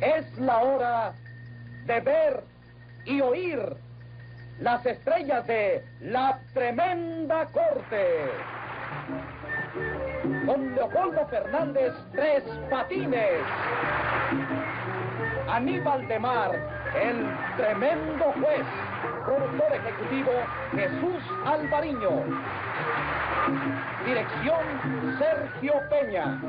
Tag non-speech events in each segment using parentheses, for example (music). Es la hora de ver y oír las estrellas de la tremenda corte. Con Leopoldo Fernández Tres Patines. Aníbal de Mar, el tremendo juez. Productor ejecutivo Jesús Alvariño. Dirección Sergio Peña.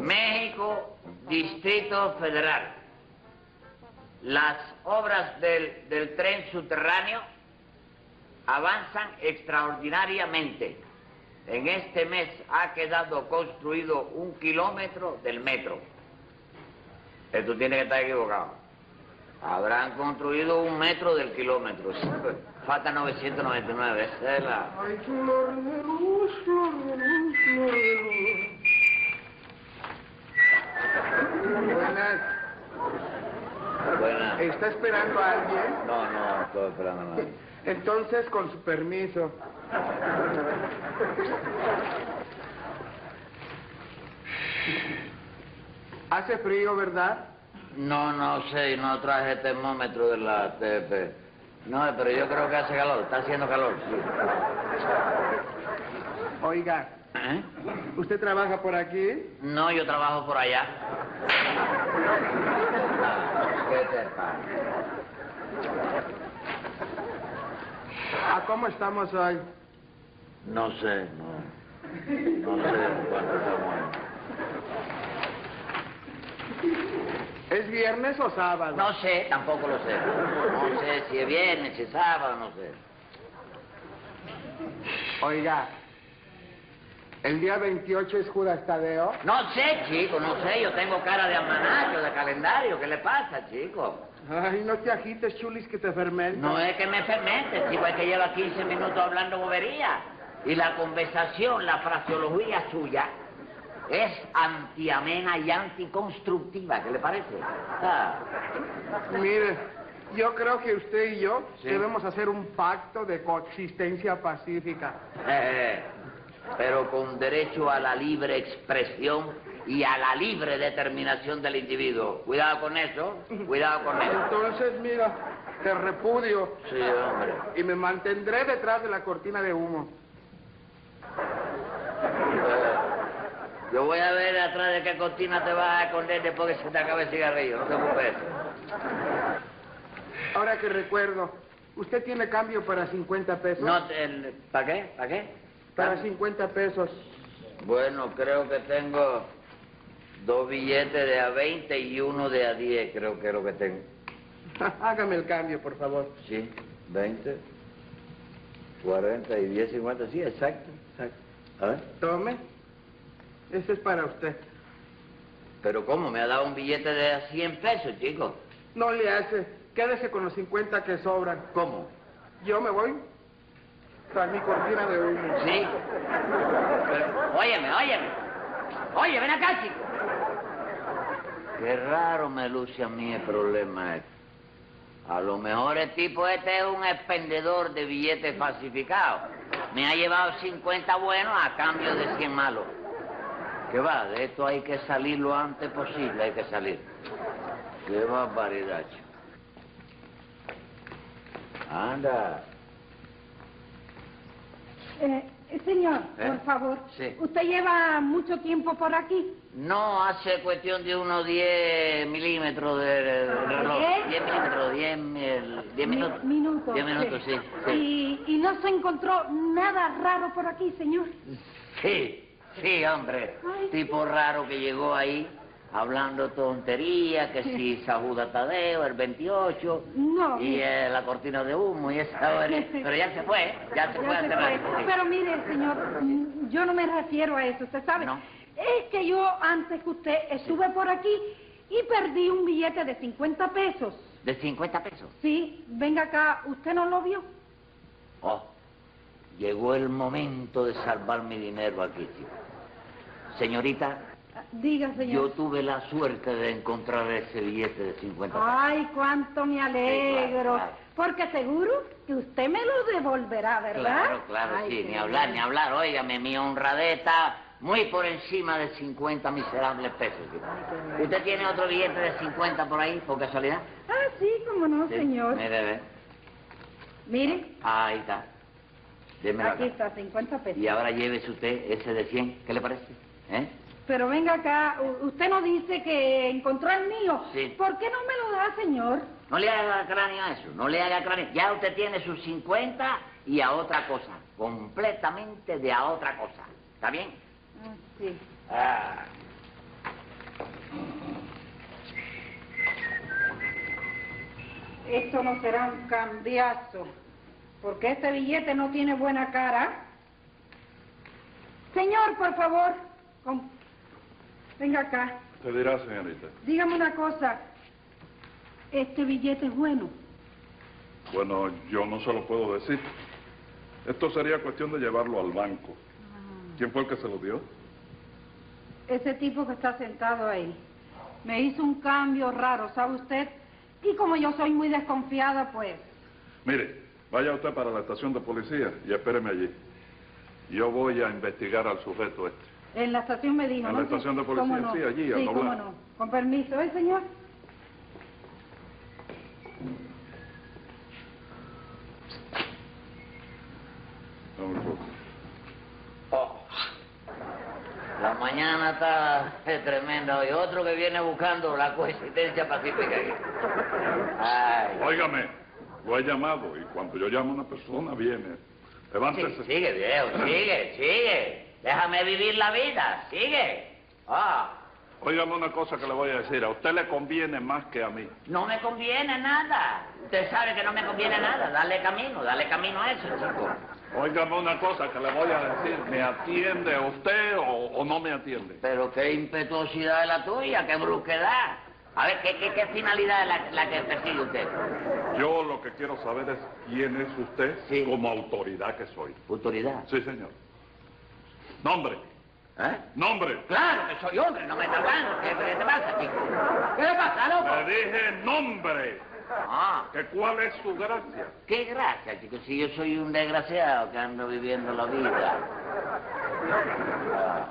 México, Distrito Federal. Las obras del, del tren subterráneo avanzan extraordinariamente. En este mes ha quedado construido un kilómetro del metro. Esto tiene que estar equivocado. Habrán construido un metro del kilómetro. Falta 999. Esa es la... Ay, flor de luz, flor de luz, flor de luz. Buenas. Buena. ¿Está esperando a alguien? No, no, estoy esperando a nadie. Entonces, con su permiso. Hace frío, ¿verdad? No, no sé, no traje termómetro de la TP. No, pero yo creo que hace calor, está haciendo calor. sí. Oiga, ¿Eh? ¿usted trabaja por aquí? No, yo trabajo por allá. Ah, ¿Qué te pasa? ¿A cómo estamos hoy? No sé, no. No sé en cuánto estamos. ¿Es viernes o sábado? No sé, tampoco lo sé. No sé si es viernes, si es sábado, no sé. Oiga, el día 28 es Judas Tadeo. No sé, chico, no sé. Yo tengo cara de almanaque o de calendario. ¿Qué le pasa, chico? Ay, no te agites, chulis, que te fermenta. No es que me fermente, chico, es que lleva 15 minutos hablando bobería. Y la conversación, la fraseología suya, es antiamena y anticonstructiva, ¿qué le parece? Ah, Mire, yo creo que usted y yo Sí. debemos hacer un pacto de coexistencia pacífica. eh, pero con derecho a la libre expresión y a la libre determinación del individuo. Cuidado con eso, cuidado con eso. Entonces, mira, te repudio Sí, hombre. y me mantendré detrás de la cortina de humo. Yo voy a ver atrás de qué cortina te vas a esconder después que se te acabe el cigarrillo, no te preocupes. Ahora que recuerdo, usted tiene cambio para 50 pesos. No, ¿Para qué? ¿Para qué? Para 50 pesos. (laughs) Bueno, creo que tengo dos billetes de a 20 y uno de a 10, creo que es lo que tengo. Hágame el cambio, por favor. Sí, 20, 40 y 10, 50, sí, exacto, exacto. A ver, Tome. Este es para usted. pero ¿cómo? Me ha dado un billete de a 100 pesos, chico. No le hace. Quédese con los 50 que sobran. ¿Cómo? Yo me voy tras mi cortina de humo. Sí. Pero, óyeme, óyeme. Oye, ven acá, chico. Qué raro me luce a mí el problema este. A lo mejor el tipo este es un expendedor de billetes falsificados. Me ha llevado 50 buenos a cambio de 100 malos. ¿Qué va? De esto hay que salir lo antes posible, hay que salir. Qué barbaridad, chico. Anda. Eh, señor, ¿Eh? por favor. Sí. ¿Usted lleva mucho tiempo por aquí? No, hace cuestión de unos 10 milímetros de, de reloj. ¿Qué? 10 milímetros, 10, mil- 10 Ah, Mi- minutos. 10 minutos, sí. Sí, Y, y no se encontró nada raro por aquí, señor. sí, sí, hombre. Ay, tipo raro que llegó ahí hablando tonterías, que si Sajuda Tadeo, el 28, No. y eh, la cortina de humo y esa hora. Pero ya se fue, ¿eh? ya se Ya fue. se hace fue. rato, sí. Pero mire, señor, mm, yo no me refiero a eso, ¿usted sabe? No. Es que yo antes que usted estuve por aquí y perdí un billete de 50 pesos. De 50 pesos. Sí, venga acá, ¿usted no lo vio? Oh, llegó el momento de salvar mi dinero aquí, chico. Señorita, Ah, Diga, yo señor. tuve la suerte de encontrar ese billete de 50 pesos. Ay, cuánto me alegro. claro. Porque seguro que usted me lo devolverá, ¿verdad? Claro, claro, Ay, sí, qué ni hablar, bien. ni hablar. Óigame, mi honradez está muy por encima de 50 miserables pesos. chico. ¿Usted tiene otro billete de 50 por ahí, por casualidad? Ah, sí, cómo no, Sí, señor. Mire, ve. Mire, Ahí está. Démelo aquí acá. está, 50 pesos. Y ahora llévese usted ese de 100. ¿Qué le parece? ¿Eh? Pero venga acá, u- usted no dice que encontró el mío. Sí. ¿Por qué no me lo da, señor? No le haga cráneo a eso, no le haga cráneo. Ya usted tiene sus 50 y a otra cosa. Completamente de a otra cosa. ¿Está bien? Ah, sí. Ah. Esto no será un cambiazo, porque este billete no tiene buena cara. Señor, por favor, com- venga acá. Te dirá, señorita. Dígame una cosa. Este billete es bueno. Bueno, yo no se lo puedo decir. Esto sería cuestión de llevarlo al banco. Ah. ¿Quién fue el que se lo dio? Ese tipo que está sentado ahí me hizo un cambio raro, ¿sabe usted? Y como yo soy muy desconfiada, pues. Mire, vaya usted para la estación de policía y espéreme allí. Yo voy a investigar al sujeto este. En la estación me dijo. En ¿no? la estación de ¿Cómo policía, no? sí, allí, al Sí, cómo doblar. no. Con permiso, ¿eh, señor? Dame un poco. La mañana está eh, tremenda hoy. Otro que viene buscando la coexistencia pacífica. aquí. Ay. Óigame, lo he llamado y cuando yo llamo a una persona viene. Levántese. Sí, sigue, viejo, sigue, sigue. Déjame vivir la vida, sigue. Ah, Óigame una cosa que le voy a decir. A usted le conviene más que a mí. no me conviene nada. Usted sabe que no me conviene nada. Dale camino, dale camino a eso, chico. Óigame una cosa que le voy a decir. ¿Me atiende usted o, o no me atiende? Pero qué impetuosidad es la tuya, qué brusquedad. A ver, ¿qué, qué, qué finalidad es la, la que persigue usted? Yo lo que quiero saber es quién es usted Sí. como autoridad que soy. Autoridad. Sí, señor. Nombre, ¿Eh? nombre. Claro que soy hombre, no me está hablando. ¿Qué, qué te pasa, chico? ¿Qué le pasa, Le loco? dije nombre. Ah, ¿Que ¿Cuál es su gracia? qué gracia, chico. Si yo soy un desgraciado que ando viviendo la vida.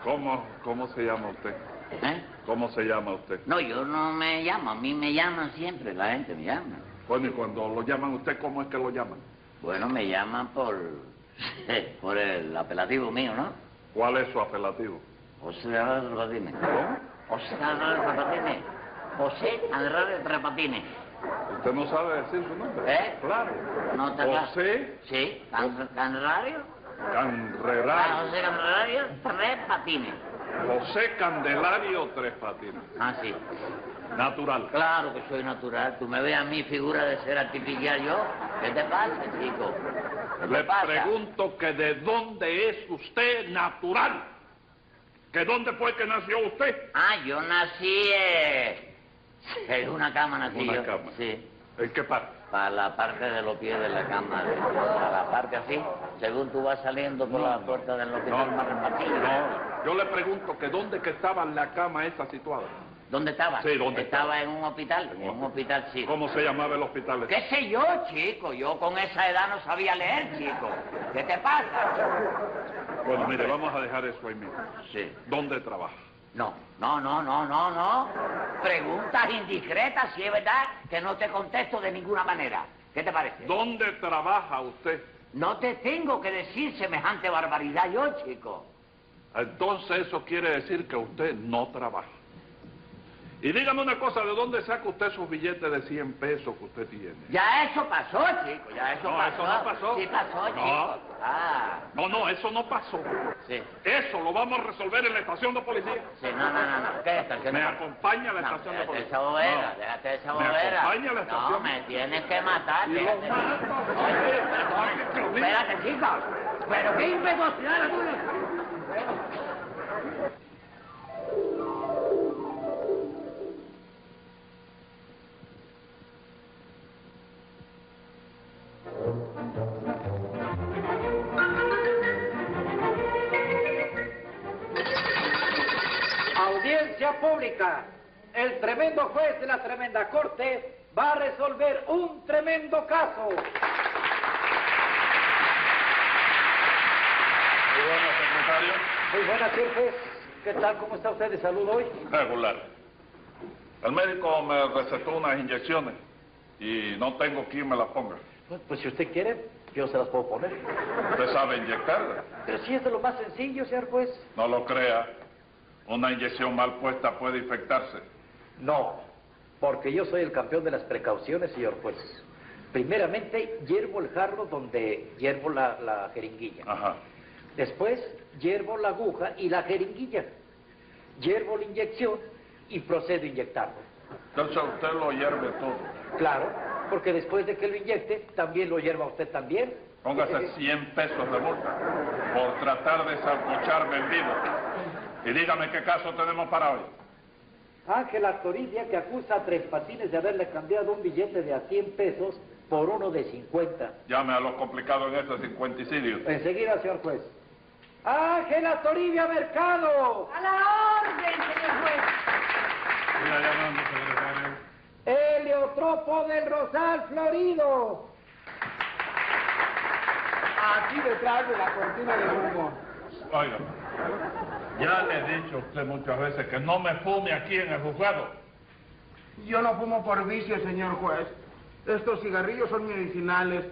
¿Cómo, cómo se llama usted? ¿Eh? ¿Cómo se llama usted? No, yo no me llamo. A mí me llaman siempre, la gente me llama. Bueno, y cuando lo llaman usted, ¿cómo es que lo llaman? Bueno, me llaman por... (laughs) por el apelativo mío, ¿no? ¿Cuál es su apelativo? José Andrade Repatines. ¿Cómo? José Andrade Repatines. José Andrade Repatines. ¿Usted no sabe decir su nombre? ¿Eh? Claro. ¿No está claro? José Sí, Can- Canrario. Ah, Canrerario. José Canrario Repatines. José Candelario Tres Patines. Ah, sí. Natural. Claro que soy natural. Tú me ves a mí figura de ser artificial yo. ¿Qué te pasa, chico? ¿Qué te Le pasa? pregunto que de dónde es usted natural. ¿Que dónde fue que nació usted? Ah, yo nací eh, en una cama nací Una yo. cama. Sí, ¿En qué parte? para la parte de los pies de la cama, de- para la parte así, según tú vas saliendo por la puerta del hospital No. más repartido. No, yo le pregunto que dónde que estaba la cama esa situada. ¿Dónde estaba? Sí, ¿dónde estaba? estaba? en un hospital, en un hospital sí. ¿Cómo se llamaba el hospital? ese? ¿Qué sé yo, chico? Yo con esa edad no sabía leer, chico. ¿Qué te pasa? Bueno, mire, vamos a dejar eso ahí mismo. Sí. ¿Dónde trabaja? No, no, no, no, no, no. Preguntas indiscretas, si es verdad que no te contesto de ninguna manera. ¿Qué te parece? ¿Dónde trabaja usted? No te tengo que decir semejante barbaridad yo, chico. Entonces eso quiere decir que usted no trabaja. Y dígame una cosa, ¿de dónde saca usted sus billetes de 100 pesos que usted tiene? Ya eso pasó, chico, ya eso No, pasó. eso no pasó. Sí pasó, No. chico. Ah, No, no, eso no pasó. sí. Eso lo vamos a resolver en la estación de policía. Sí, no, no, no, no. ¿Qué estación? Me de- acompaña a la No, estación de déjate policía. esa bobera, No. déjate esa Me bobera. acompaña a la No, estación. me tienes que matar. Y lo déjate. mato. Oye, Ay, qué perdón, horrible. espérate, chico. Pero qué impetuosidad la tuya. Audiencia pública. El tremendo juez de la tremenda corte va a resolver un tremendo caso. Muy bueno, secretario. Muy buenas, señor juez. ¿Qué tal? ¿Cómo está usted de salud hoy? Regular. El médico me recetó unas inyecciones y no tengo quien me las ponga. Pues si usted quiere, yo se las puedo poner. Usted sabe inyectarlas. Pero si es de lo más sencillo, señor juez. No lo crea. Una inyección mal puesta puede infectarse. No, porque yo soy el campeón de las precauciones, señor juez. Primeramente, hiervo el jarro donde hiervo la, la jeringuilla. Ajá. Después, hiervo la aguja y la jeringuilla. Hiervo la inyección y procedo a inyectarlo. Entonces usted lo hierve todo. Claro, porque después de que lo inyecte, también lo hierva usted también. Póngase 100 pesos de multa por tratar de salcocharme en vivo. Y dígame qué caso tenemos para hoy. Ángela Toribia que acusa a Tres Patines de haberle cambiado un billete de a 100 pesos por uno de 50. Llame a los complicados en ese cincuenticidio. Enseguida, señor juez. Ángela Toribia Mercado. A la orden, señor juez. Heliotropo del Rosal Florido. Aquí detrás de la cortina de humo. Oiga, ya le he dicho a usted muchas veces que no me fume aquí en el juzgado. Yo no fumo por vicio, señor juez. Estos cigarrillos son medicinales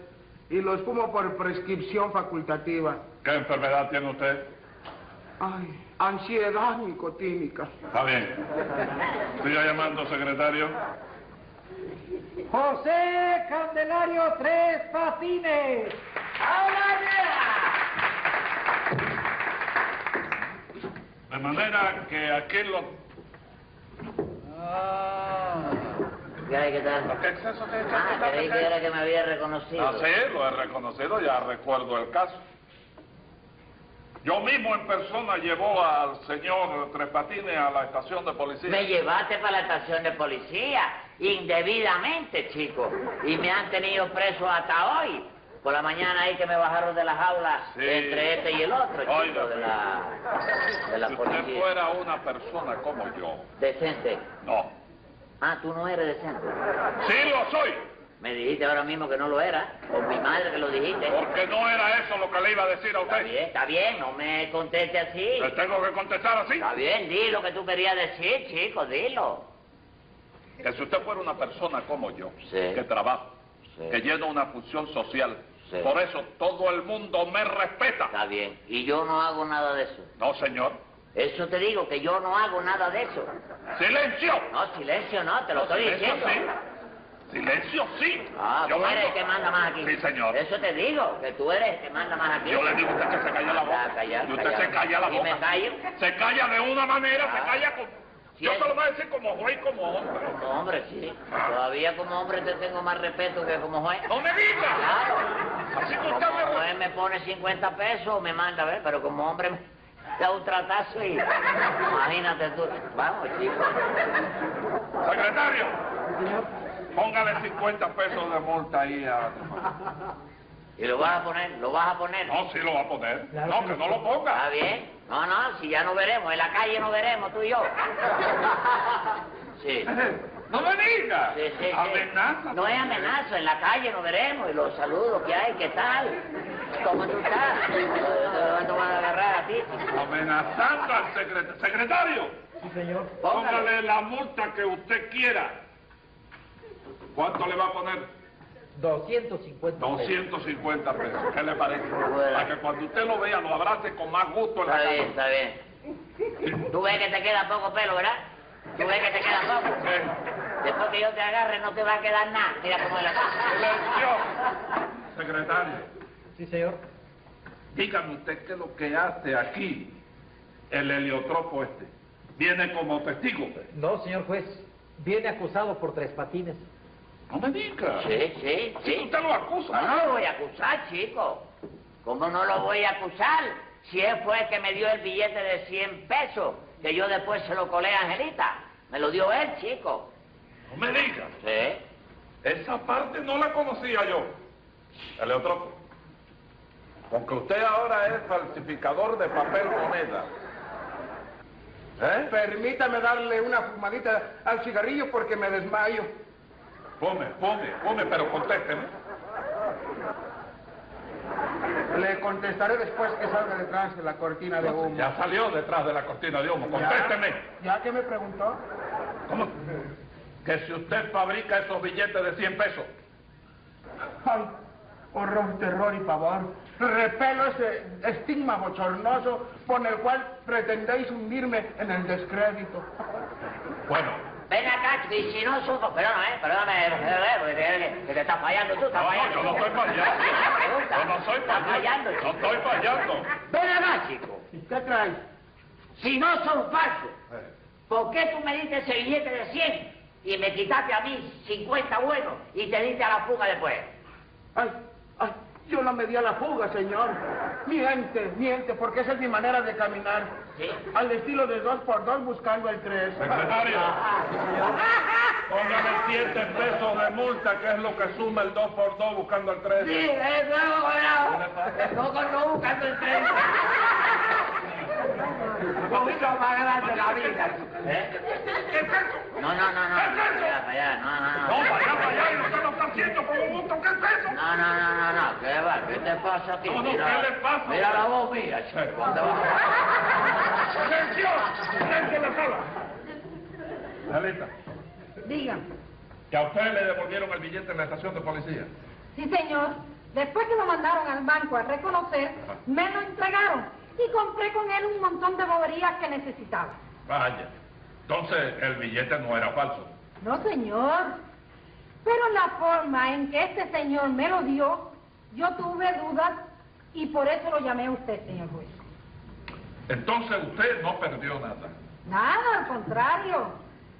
y los fumo por prescripción facultativa. ¿Qué enfermedad tiene usted? Ay, ansiedad nicotínica. Está bien. Siga llamando, secretario. José Candelario Tres Patines. De manera que aquí lo... Ah. ¿Qué hay? ¿Qué tal? ¿Qué exceso que Ah, creí que era que me había reconocido. Ah, sí, lo he reconocido, ya recuerdo el caso. Yo mismo en persona llevó al señor Tres Patines a la estación de policía. Me llevaste para la estación de policía, indebidamente, chico. Y me han tenido preso hasta hoy. Por la mañana ahí que me bajaron de las aulas Sí. entre este y el otro, chico, Óigame. de la, de la si usted policía. fuera una persona como yo, Decente. no. Ah, tú no eres decente. Sí lo soy, Me dijiste ahora mismo que no lo era, con mi madre que lo dijiste. porque no era eso lo que le iba a decir a Está usted. bien, está bien, no me conteste así. ¿Le tengo que contestar así? Está bien, di lo que tú querías decir, chico, dilo. Que si usted fuera una persona como yo, Sí. que trabajo, Sí. que lleno una función social, Sí. por eso todo el mundo me respeta. Está bien, y yo no hago nada de eso. No, señor. Eso te digo, que yo no hago nada de eso. ¡Silencio! No, silencio no, te lo No, estoy silencio, diciendo. Sí. Silencio, sí. Ah, yo tú eres el mando. que manda más aquí. Sí, señor. Eso te digo, que tú eres el que manda más aquí. Yo le digo a usted que se calla la boca. Ah, callar, y usted callar. se calla la ¿Y boca. me callo? Se calla de una manera, Ah. se calla con... Sí, Yo es- Ah. se lo voy a decir como juez y como hombre. Como hombre, sí. Todavía como hombre te tengo más respeto que como juez. ¡No me diga! Claro. Así que usted Como me... juez me pone 50 pesos, me manda, ¿ves? Pero como hombre me da un tratazo y... Imagínate tú. Vamos, chico. Secretario, póngale 50 pesos de multa ahí a... Y lo vas a poner, lo vas a poner. No, sí lo va a poner. no, que no lo Está ponga. Ah, bien. No, no, si ya no veremos, en la calle no veremos, tú y yo. Sí. ¡No me diga! Sí, sí, sí. Amenaza. pues. No es amenaza, en la calle nos veremos y los saludos que hay, ¿qué tal? ¿Cómo tú estás? ¿Te van a agarrar a ti? Amenazando al secretario. Secretario, Póngale. póngale la multa que usted quiera. ¿Cuánto le va a poner? 250 250 pesos. ¿Qué le parece? Para que cuando usted lo vea, lo abrace con más gusto en la Está bien, cara. está bien. Tú ves que te queda poco pelo, ¿verdad? Tú ves que te queda poco. Eh, Después que yo te agarre no te va a quedar nada. Mira cómo es la cosa. silencio. Secretario, Sí, señor. dígame usted qué es lo que hace aquí el heliotropo este. Viene como testigo. No, señor juez. Viene acusado por Tres Patines. No me diga. Sí, sí, Sí, sí. usted lo acusa. No, no lo voy a acusar, chico. ¿Cómo no lo voy a acusar? Si él fue el que me dio el billete de 100 pesos, que yo después se lo colé a Angelita. Me lo dio él, chico. No me diga. Sí. Esa parte no la conocía yo. Heliotropo. Porque usted ahora es falsificador de papel moneda. ¿Eh? Permítame darle una fumadita al cigarrillo porque me desmayo. Fume, fume, fume, pero contésteme. Le contestaré después que salga detrás de la cortina de humo. Ya salió detrás de la cortina de humo, contésteme. ¿Ya? ¿Ya que me preguntó? ¿Cómo? Que si usted fabrica esos billetes de 100 pesos. Ay, horror, terror y pavor. Repelo ese estigma bochornoso con el cual pretendéis hundirme en el descrédito. Bueno, Ven acá, y si no supo, perdona, eh, perdóname, eh, porque te- que te estás fallando tú, estás no, fallando. yo no estoy (laughs) fallando. Yo no soy Estás fallando. chico. No estoy fallando. Ven acá, chico. ¿Y qué traes? Si no son falsos, ¿por qué tú me diste ese billete de 100 y me quitaste a mí 50 buenos y te diste a la fuga después? Ay, ay, yo no me di a la fuga, señor. Miente, miente, porque esa es mi manera de caminar. ¿Sí? Al estilo de dos por dos buscando el tres. Secretario, póngame 7 pesos de multa, que es lo que suma el 2 por 2 buscando el 3. Sí, es nuevo colado. El coco no buscando el tren. Poquito más grande la vida. No, no, no, no. Para allá, para allá. No, no, No, para allá, para allá, y usted lo está haciendo con un multo, ¿qué es eso? No, no, no, no, no, ¿qué va? ¿Qué te pasa a ti? No, no, Mira- ¿qué le pasa? Mira la voz, mira, chico, ¿dónde va? ¡Atención! ¡Silencio en la sala! Lalita, Dígame. que a usted le devolvieron el billete en la estación de policía. Sí, señor. Después que lo mandaron al banco a reconocer, me lo entregaron y compré con él un montón de boberías que necesitaba. Vaya. Entonces, el billete no era falso. No, señor. Pero la forma en que este señor me lo dio, yo tuve dudas y por eso lo llamé a usted, señor juez. Entonces, usted no perdió nada. Nada, al contrario.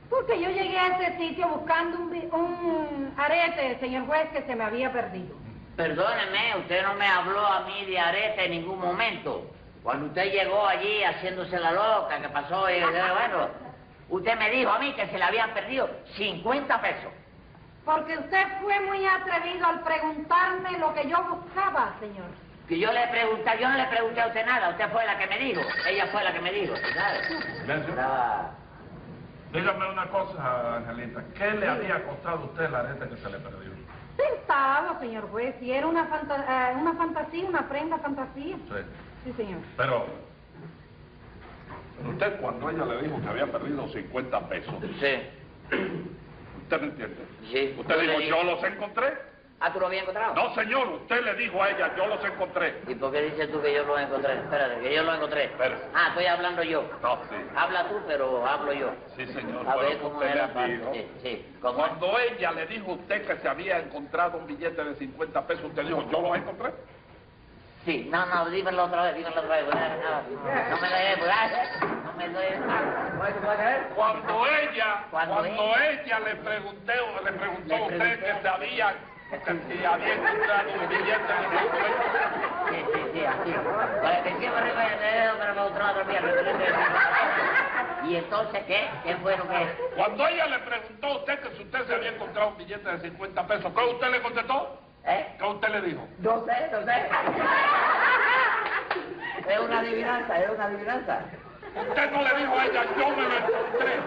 Porque yo llegué a ese sitio buscando un, bi- un arete, señor juez, que se me había perdido. Perdóneme, usted no me habló a mí de arete en ningún momento. Cuando usted llegó allí haciéndose la loca, que pasó, y, bueno, usted me dijo a mí que se le habían perdido 50 pesos. Porque usted fue muy atrevido al preguntarme lo que yo buscaba, señor. Que yo le pregunté, yo no le pregunté a usted nada, usted fue la que me dijo, ella fue la que me dijo, ¿sabes? Silencio. Estaba- Dígame una cosa, Angelita. ¿Qué le había costado a usted la arete que se le perdió? Centavo, señor juez, y era una, fanta- eh, una fantasía, una prenda fantasía. Sí. Sí, señor. Pero... pero usted cuando ella le dijo que había perdido 50 pesos, Sí, ¿usted me entiende? sí. Usted le dijo, dije- yo los encontré. Ah, ¿tú lo habías encontrado? No, señor, usted le dijo a ella, yo los encontré. ¿Y por qué dices tú que yo lo encontré? Espérate, que yo lo encontré. Espérate. Ah, estoy hablando yo. No, sí. Habla tú, pero hablo yo. Sí, señor. A fue ver lo que cómo usted era le pa- dijo. Sí, sí. ¿Cómo? Cuando ella le dijo a usted que se había encontrado un billete de 50 pesos, usted dijo, yo los encontré. Sí, no, no, dímelo otra vez, dímelo otra vez. porque No, no, no me lo dejes, porque, no me lo dejes. Cuando ella, Cuando cuando, ella, le pregunté, le preguntó Le a usted pregunté. que se había, que si había encontrado un billete de 50 pesos. Sí, sí, sí, así. Para que siempre arriba del dedo, pero me gustó otra vez. ¿Y entonces qué? ¿Qué fue lo que Cuando ella le preguntó a usted que si usted se había encontrado un billete de 50 pesos, ¿qué usted le contestó? ¿Eh? ¿Qué usted le dijo? No sé, no sé. Es una adivinanza, es una adivinanza. Usted no le dijo a ella, yo me lo encontré.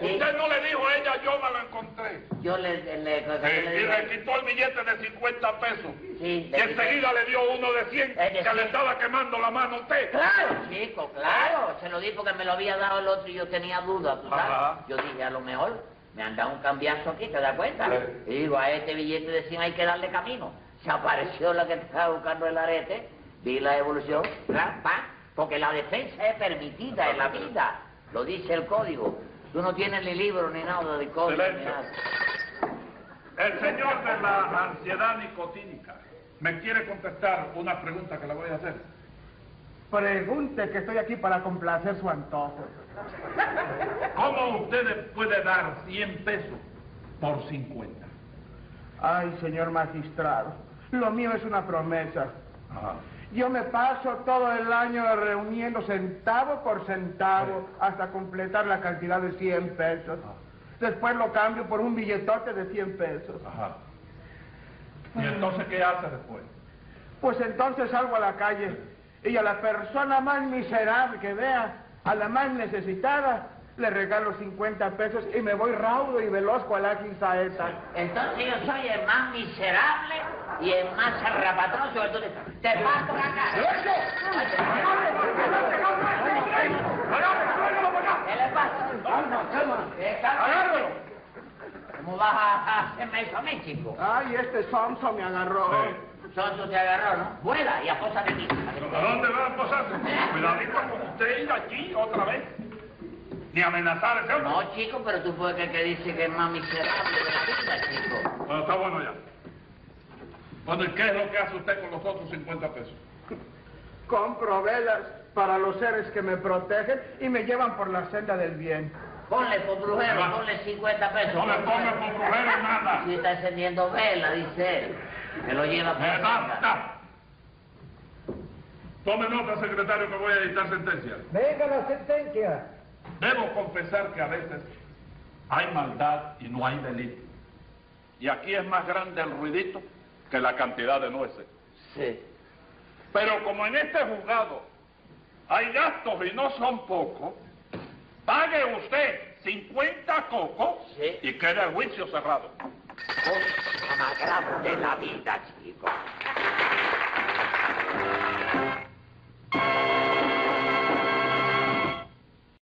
Sí, Usted no le dijo a ella, yo me lo encontré. yo le, le, le- Eh, le- y le quitó el billete de 50 pesos. Sí, Y le quité. enseguida le dio uno de 100 Eh, de que le 100. estaba quemando la mano a usted. Claro, chico, claro. Se lo di porque me lo había dado el otro y yo tenía dudas, ¿tú sabes? Ajá. Yo dije, a lo mejor me han dado un cambiazo aquí, ¿te das cuenta? Sí. Y digo, a este billete de 100 hay que darle camino. Se apareció la que estaba buscando el arete, vi la evolución, plan, pan, porque la defensa es permitida en la vida. Lo dice el código. Tú no tienes ni libro ni nada de código. ni Silencio. nada. El señor de la ansiedad nicotínica me quiere contestar una pregunta que le voy a hacer. Pregunte que estoy aquí para complacer su antojo. ¿Cómo usted puede dar 100 pesos por 50? Ay, señor magistrado, lo mío es una promesa. Ajá. Yo me paso todo el año reuniendo centavo por centavo hasta completar la cantidad de 100 pesos. Después lo cambio por un billetote de 100 pesos. Ajá. ¿Y entonces qué hace después? Pues entonces salgo a la calle y y a la persona más miserable que vea, a la más necesitada, le regalo 50 pesos y me voy raudo y veloz cual ágil saeta. Entonces yo soy el más miserable y el más zarrapatoso de todos. ¡Te parto la cara! ¿Qué le pasa? ¡Calma, calma! ¿Qué tal? ¡Agárralo! ¿Cómo vas a a hacerme eso a mí, chico? ¡Ay, este sonso me agarró! Sonso te agarró, ¿no? Vuela y apósate aquí. ¿A dónde va a posarse? Cuidadito con usted ir allí otra vez. Ni amenazar a ese hombre. No, chico, pero tú puedes que, que dice que es más miserable de la vida, chico. Bueno, está bueno ya. Bueno, ¿y qué es lo que hace usted con los otros 50 pesos? Compro velas para los seres que me protegen y me llevan por la senda del bien. Ponle por brujero, Va. ponle 50 pesos. No le pongas por brujero nada. Si está encendiendo vela, dice él. Me lo lleva por Eh, la da, boca. da. Tome nota, secretario, que voy a dictar sentencia. Venga la sentencia. Debo confesar que a veces hay maldad y no hay delito. Y aquí es más grande el ruidito que la cantidad de nueces. Sí. Pero como en este juzgado hay gastos y no son pocos, pague usted 50 cocos Sí. y queda el juicio cerrado. Cosa más grave de la vida, chico.